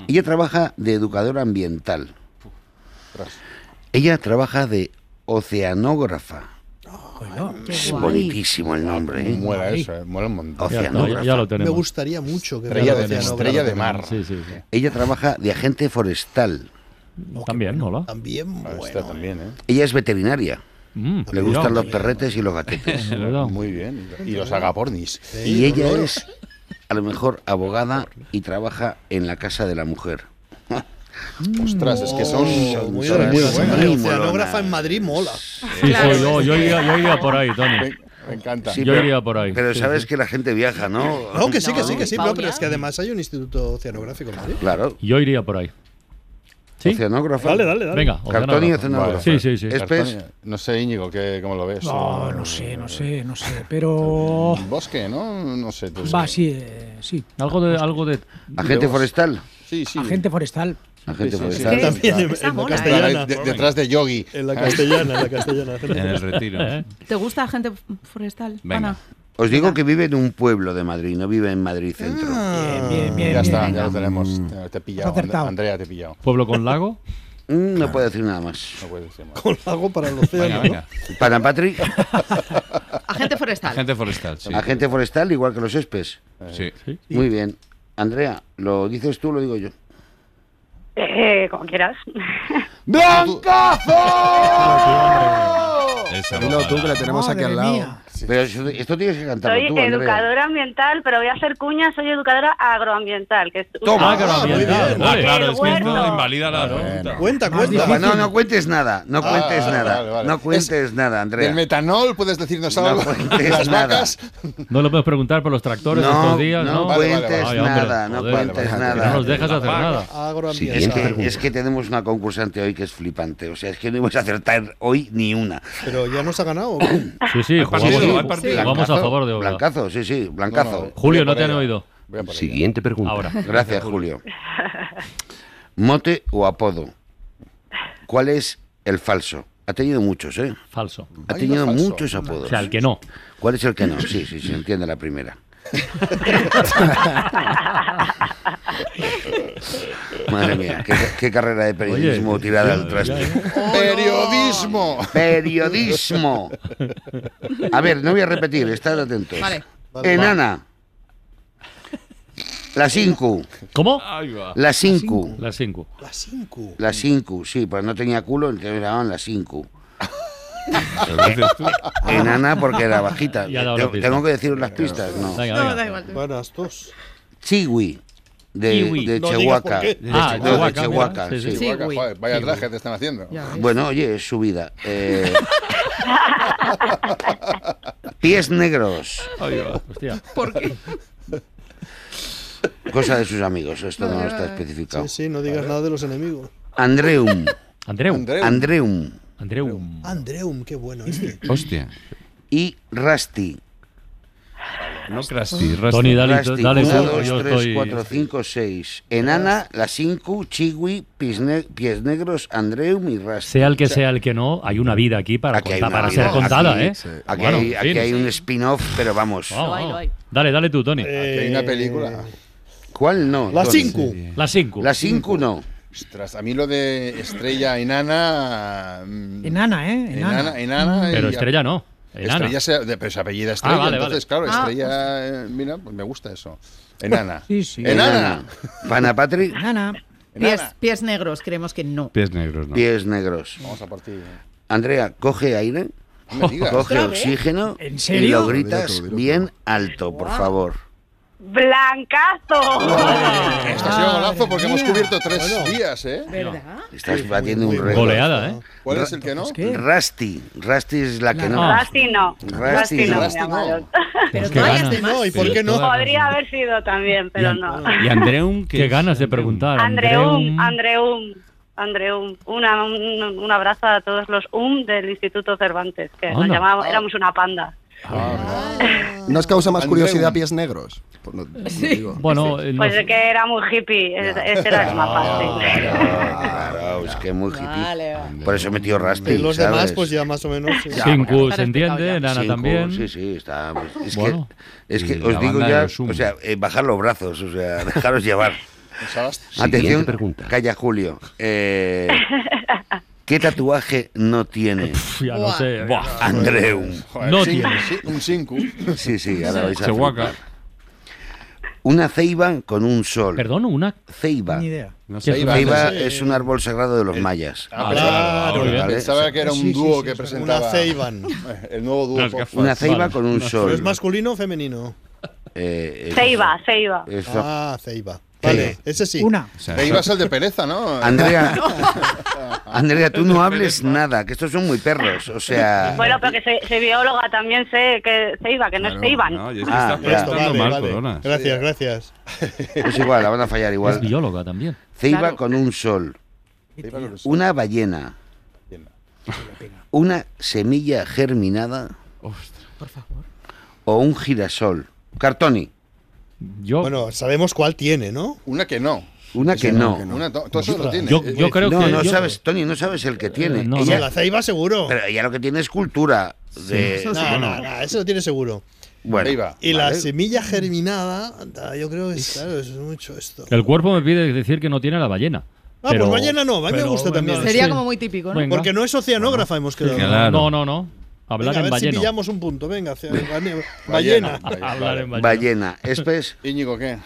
Ella trabaja de educadora ambiental. Ella trabaja de oceanógrafa. este Es bonitísimo el nombre. ¿eh? Mola eso, eh, mola un montón. Ya, está, Oceanógrafa. ya- ya lo Me tenemos. gustaría mucho que Estrella fuera de, Oceanógrafo estrella de también. mar. Sí, sí, sí. Ella trabaja de agente forestal. También, ¿no? la? También, Ah, bueno. esta también, ¿eh? Ella es veterinaria. Mm, Le cuidado. gustan los perretes y los gatetes. Es verdad. Muy bien. Y los agapornis. Y ella es, a lo mejor, abogada y trabaja en la casa de la mujer. Ostras, es que son Oh, muy son buena. buenas. Hombre, muy Oceanógrafa molonas. en Madrid mola. Sí, soy yo, yo iría, yo iría por ahí, Tony. Me, me encanta. Sí, Yo pero- iría por ahí. Pero Sí, sabes sí. que la gente viaja, ¿no? No, que sí, que sí, que sí, Paula. no, pero es que además hay un instituto oceanográfico en Madrid. Claro. Yo iría por ahí. ¿Sí? Oceanógrafa. Dale, dale, dale. Venga, Cartón y oceanógrafa. Vale. Sí, sí, sí. Espes, Cartón- No sé, Íñigo, que, ¿cómo lo ves? No, no sé, no sé, no sé. Pero. Mm, Bosque, ¿no? No sé. tú Va, sí. sí, eh, sí. Algo de, algo de. agente forestal. Sí, sí. Agente forestal. Agente Sí, sí, sí. forestal. También en, Esa en la mola, ¿eh? castellana. De- detrás de Yogi. En la castellana, en la castellana. En el retiro. Eh, ¿Te gusta agente forestal, Venga. Ah. Ana? Os digo que vive en un pueblo de Madrid, no vive en Madrid centro. Bien, bien, ya bien. está, ya lo tenemos. Te- Te he pillado. Has acertado. And- Andrea, te he pillado. Pueblo con lago. Mm, No puedo decir nada más. No puedes decir más. Con lago para el océano. Venga, ¿no? venga. Para Patri, Agente forestal. Agente forestal, sí. agente forestal igual que los espes. Sí. Muy bien. Andrea, ¿lo dices tú o lo digo yo? Eh, como quieras. Esa Dilo tú que la tenemos aquí al lado. mía. Pero eso- esto tienes que cantarlo Soy tú, Andrea. educadora ambiental, pero voy a hacer cuña, soy educadora agroambiental. Que es Toma, Agroambiental. Ah, claro, es que huerto. esto invalida la pregunta. Cuenta, Más cuenta. No, no, no cuentes nada, no Ah, cuentes nada, vale, vale. no cuentes nada, Del Andrea. metanol, puedes decirnos No algo. cuentes Las nada. vacas. No lo puedes preguntar por los tractores No, estos días, no ¿no? Vale, vale, cuentes Ay, hombre, nada, no joder, cuentes que nada. No nos dejas hacer nada. Ah. Es Agroambiental. que, es que tenemos una concursante hoy que es flipante, o sea, es que no ibas a acertar hoy ni una. Pero ya nos ha ganado. ¿o qué? Sí, sí, Hay partido, jugamos, hay partido. jugamos a favor de Obra. Blancazo, sí, sí, blancazo. No, no. Julio, Voy a no por te han ella. oído. Voy a por ella. Siguiente pregunta. Ahora. Gracias, Julio. Mote o apodo. ¿Cuál es el falso? Ha tenido muchos, ¿eh? Falso. Ha Ay, tenido no, falso. muchos apodos. O sea, el que no. ¿Cuál es el que no? Sí, sí, se entiende la primera. Madre mía, qué, qué carrera de periodismo Oye, tirada ya, al traste. ya, Periodismo. Periodismo. A ver, no voy a repetir, estad atentos. Vale. Enana. La Cinco. ¿Cómo? Ahí va. La Cinco. Las 5. La 5. La Cinco, sí, pues no tenía culo, entonces me llamaban la Cinco. ¿Lo dices tú? Enana porque era bajita. Ya ha dado la Tengo pista. tengo que decir las pistas, no. Venga, No, venga. da igual. Buenas dos. Chiwi. de, Kiwi. de No digas Chehuaca. por qué. De, Ah, Che- no, Chehuaca, de mira. Chehuaca, Sí, sí. sí. Chehuaca, joder, vaya traje te están haciendo. Bueno, oye, es su vida. Eh, pies negros. Hostia. ¿Por qué? Cosa de sus amigos, esto no Vale, está vale. especificado. Sí, sí, no digas nada de los enemigos. Andreum. Andreum. Andreum. Andreum. Andreum, qué bueno este. Hostia. Y Rusty. No Crusty, Rusty. Tony, dale- Rusty. dale Uno, tú, dos, yo tres, estoy- cuatro, cinco, seis. Enana, la cinco, Chiwi, Pies, Ne- Pies Negros, Andreum y Rusty. Sea el que O sea, sea el que no, hay una vida aquí para, aquí hay contar- una para vida. ser contada, Aquí- ¿eh? Aquí, Bueno, hay, en aquí fin. hay un spin-off, pero vamos. Vamos, vamos. Dale, dale tú, Tony. hay una película. ¿Cuál no? La Entonces, cinco. La 5. La cinco no. Ostras, a mí lo de estrella enana. mm, Enana, ¿eh? Enana. Enana, enana. Pero y- estrella no. Enana. Ah, Estrella se, de- pero se Ah, apellida estrella. vale, entonces, vale. claro, Ah, estrella. eh, mira, pues me gusta eso. Enana. Sí, sí. Enana. Panapatri. Enana. Pies, pies negros, creemos que no. Pies negros, no. Pies negros. Vamos a partir. Andrea, coge aire, No me digas. coge ¿Otra vez? oxígeno ¿En y serio? lo gritas Velo tú, velo bien alto, por favor. ¡Blancazo! Esto ha sido golazo porque hemos cubierto tres días, ¿eh? ¿Verdad? Estás batiendo un récord. Goleada, ¿eh? ¿Cuál es el que no? Rusty. Rusty es la que no. Ah. Rusty no. Rusty Rusty no, no. me llamaron. Pues qué ganas. ¿y por qué no? Podría haber sido también, pero Y no. ¿Y Andreum? Qué ganas de preguntar. Andreum, Andreum, Andreum. Una, un, un abrazo a todos los UM del Instituto Cervantes, que nos Anda. llamábamos, éramos una panda. Ah, ¿No os causa más Andreu. curiosidad pies negros? Por lo- lo digo. Bueno, Eh, Pues es que era muy hippie, es- ese era el más fácil. Claro, Ah, es que muy hippie. Por eso metió Rusty. Y los demás, ¿sabes? pues ya más o menos. sí. Cinco, ¿se entiende? Nana Cinco, también. Sí, sí, está. pues, es Bueno. que, es Y que la os digo banda ya, de los Zoom. o sea, eh, bajar los brazos, o sea, dejaros llevar. Siguiente Atención, calla Julio. Eh, ¿Qué tatuaje no tiene? ya no sé. Buah, Andreu. Joder, No sí, tiene. sí, Un cinco. Sí, sí, ahora vais a Chihuahua. flipar. Una ceiba con un sol. Perdón, una ceiba. Ni idea. No sé. ceiba Ceiba, no sé. es un árbol sagrado de los mayas. Ah, claro, Vale, vale. pensaba que era un Sí, sí, dúo sí, que sí. presentaba. Una Ceiban. El nuevo dúo. Las pop. gafas. Una ceiba con un ¿Pero sol. ¿Es masculino o femenino? Eh, eh, Ceiba, Ceiba. eso. Ah, Ceiba. Vale, Sí. ese sí. Una. Ahí vas al de pereza, ¿no? Andrea, Andrea, tú no hables nada, que estos son muy perros, o sea... Bueno, pero que soy, soy bióloga también sé que se iba, que no Claro, se iban. no, y es que Ah, estás ya. Esto, Dando vale, mal, vale. coronas. Gracias, gracias. Es igual, la van a fallar Es igual. bióloga también. Ceiba Claro. con un sol, Ceiba con un sol. una ballena, una semilla germinada o un girasol. Cartoni, Bueno, sabemos cuál tiene, ¿no? Una que no. una que no. Una, to- todo eso lo tiene. Yo- yo creo no, que- No, yo- Eh, sabes, Tony, no sabes el que tiene. no, ella, no, La Ceiba seguro. Pero ella lo que tiene es cultura. De, No, no, no, eso lo tiene seguro. Bueno, Y la vale. semilla germinada, anda, yo creo que es, claro, es mucho esto. El cuerpo me pide decir que no tiene la ballena. Ah, pero- pues ballena no, a mí me pero- gusta también. Sí. Sería como muy típico, ¿no? Venga. Porque no es oceanógrafa, hemos quedado. Claro. No, no, no. Venga, Hablar a en ver si balleno. pillamos un punto, venga. hacia- Ballena. Hablar en balleno. Ballena, esto es Íñigo, ¿qué?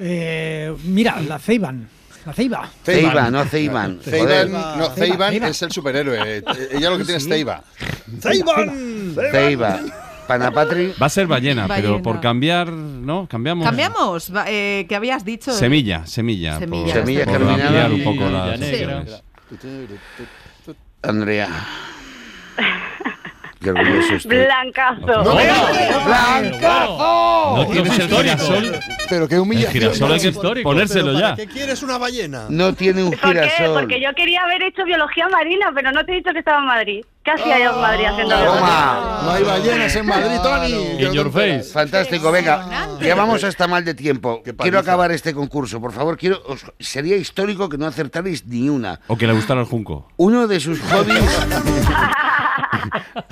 Eh, mira, la Ceiban. La Ceiba. Ceiba, no Ceiban. Ceiban, Joder. no, Ceiban Ceiba. es el superhéroe. Eh, Ella lo que tiene es Ceiba. ¡Ceiban! Ceiba, Panapatri. Va a ser ballena, pero Ballena. por cambiar, ¿no? Cambiamos. Cambiamos, va- eh, que habías dicho. Semilla, semilla. Semilla. por- Semilla por germinada. ampliar un poco Semilla las negra. opciones. Andrea. Qué orgulloso estoy. Blancazo. ¡Blancazo! No tienes el girasol. Pero qué El girasol hay que ponérselo Pero ya. ¿Para qué quieres una ballena? No tiene un ¿Por qué? girasol. Porque yo quería haber hecho biología marina, pero no te he dicho que estaba en Madrid. ¿Qué hacía yo en Madrid haciendo Toma. No hay ballenas en Madrid, Tony. In your face. Fantástico, venga. Ya vamos hasta mal de tiempo. Quiero paliza. acabar este concurso, por favor. Quiero, os- sería histórico que no acertarais ni una. O que le gustara el junco. Uno de sus hobbies.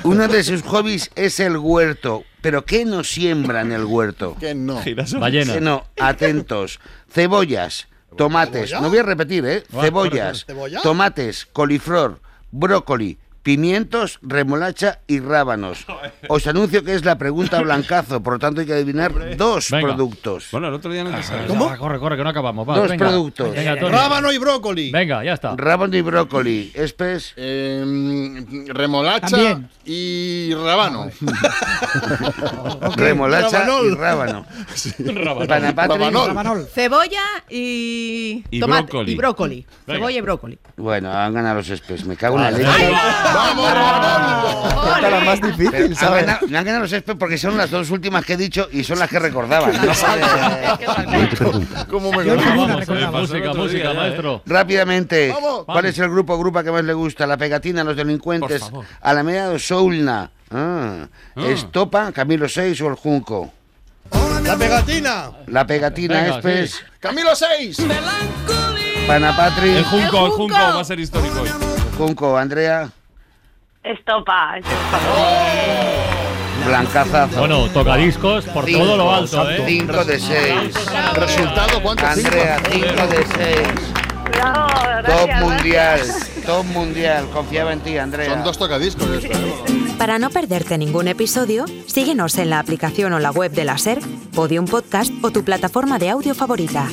uno de sus hobbies es el huerto. ¿Pero qué no siembra en el huerto? Que no. Ballena. Que no, atentos. Cebollas, tomates. No voy a repetir, ¿eh? Ah, corre, Cebollas, corre. ¿Cebolla? tomates, coliflor, brócoli, pimientos, remolacha y rábanos. Os anuncio que es la pregunta blancazo, por lo tanto hay que adivinar dos Venga. productos. Ah, Bueno, el otro día no te salió. Venga, va, corre, corre, que no acabamos. va, Dos venga. productos. Venga, Tony. y brócoli. Venga, ya está. Rábano y brócoli. Espes. em, remolacha También. y rábano. Remolacha y Rabanol. rábano. Rabanol. Panapatri. Rabanol. Cebolla y, Y tomate brócoli. y brócoli. Venga. Cebolla y brócoli. Bueno, han ganado los espes. Me cago en la leche. Esta era más difícil, Pero han ¿sabes? ganado- me han ganado los espes porque son las dos últimas que he dicho y son las que recordaba. No ¿Cómo me Música, música, ¿eh? maestro. Rápidamente, Vamos. ¿cuál es el grupo grupo que más le gusta? La pegatina, los delincuentes, Por favor. Alameda o Soulna, Ah, Ah. Estopa, Camilo 6 o el Junco. La pegatina. La este pegatina Venga, Espes, sí. Camilo 6. Panapatri. El Junco, el Junco va a ser histórico hoy. Junco, Andrea, Estopa, estopa. ¡Oh! Blancazazo. Bueno, tocadiscos por Cinco, todo lo alto, ¿eh? 5 de 6. Resultado, ¿cuánto? Andrea, Cinco. 5 de 6. Bravo, Top Oh, gracias, mundial, gracias. top mundial. Confiaba en ti, Andrea. Son dos tocadiscos. ¿eh? Para no perderte ningún episodio, síguenos en la aplicación o la web de la SER, Podium Podcast o tu plataforma de audio favorita.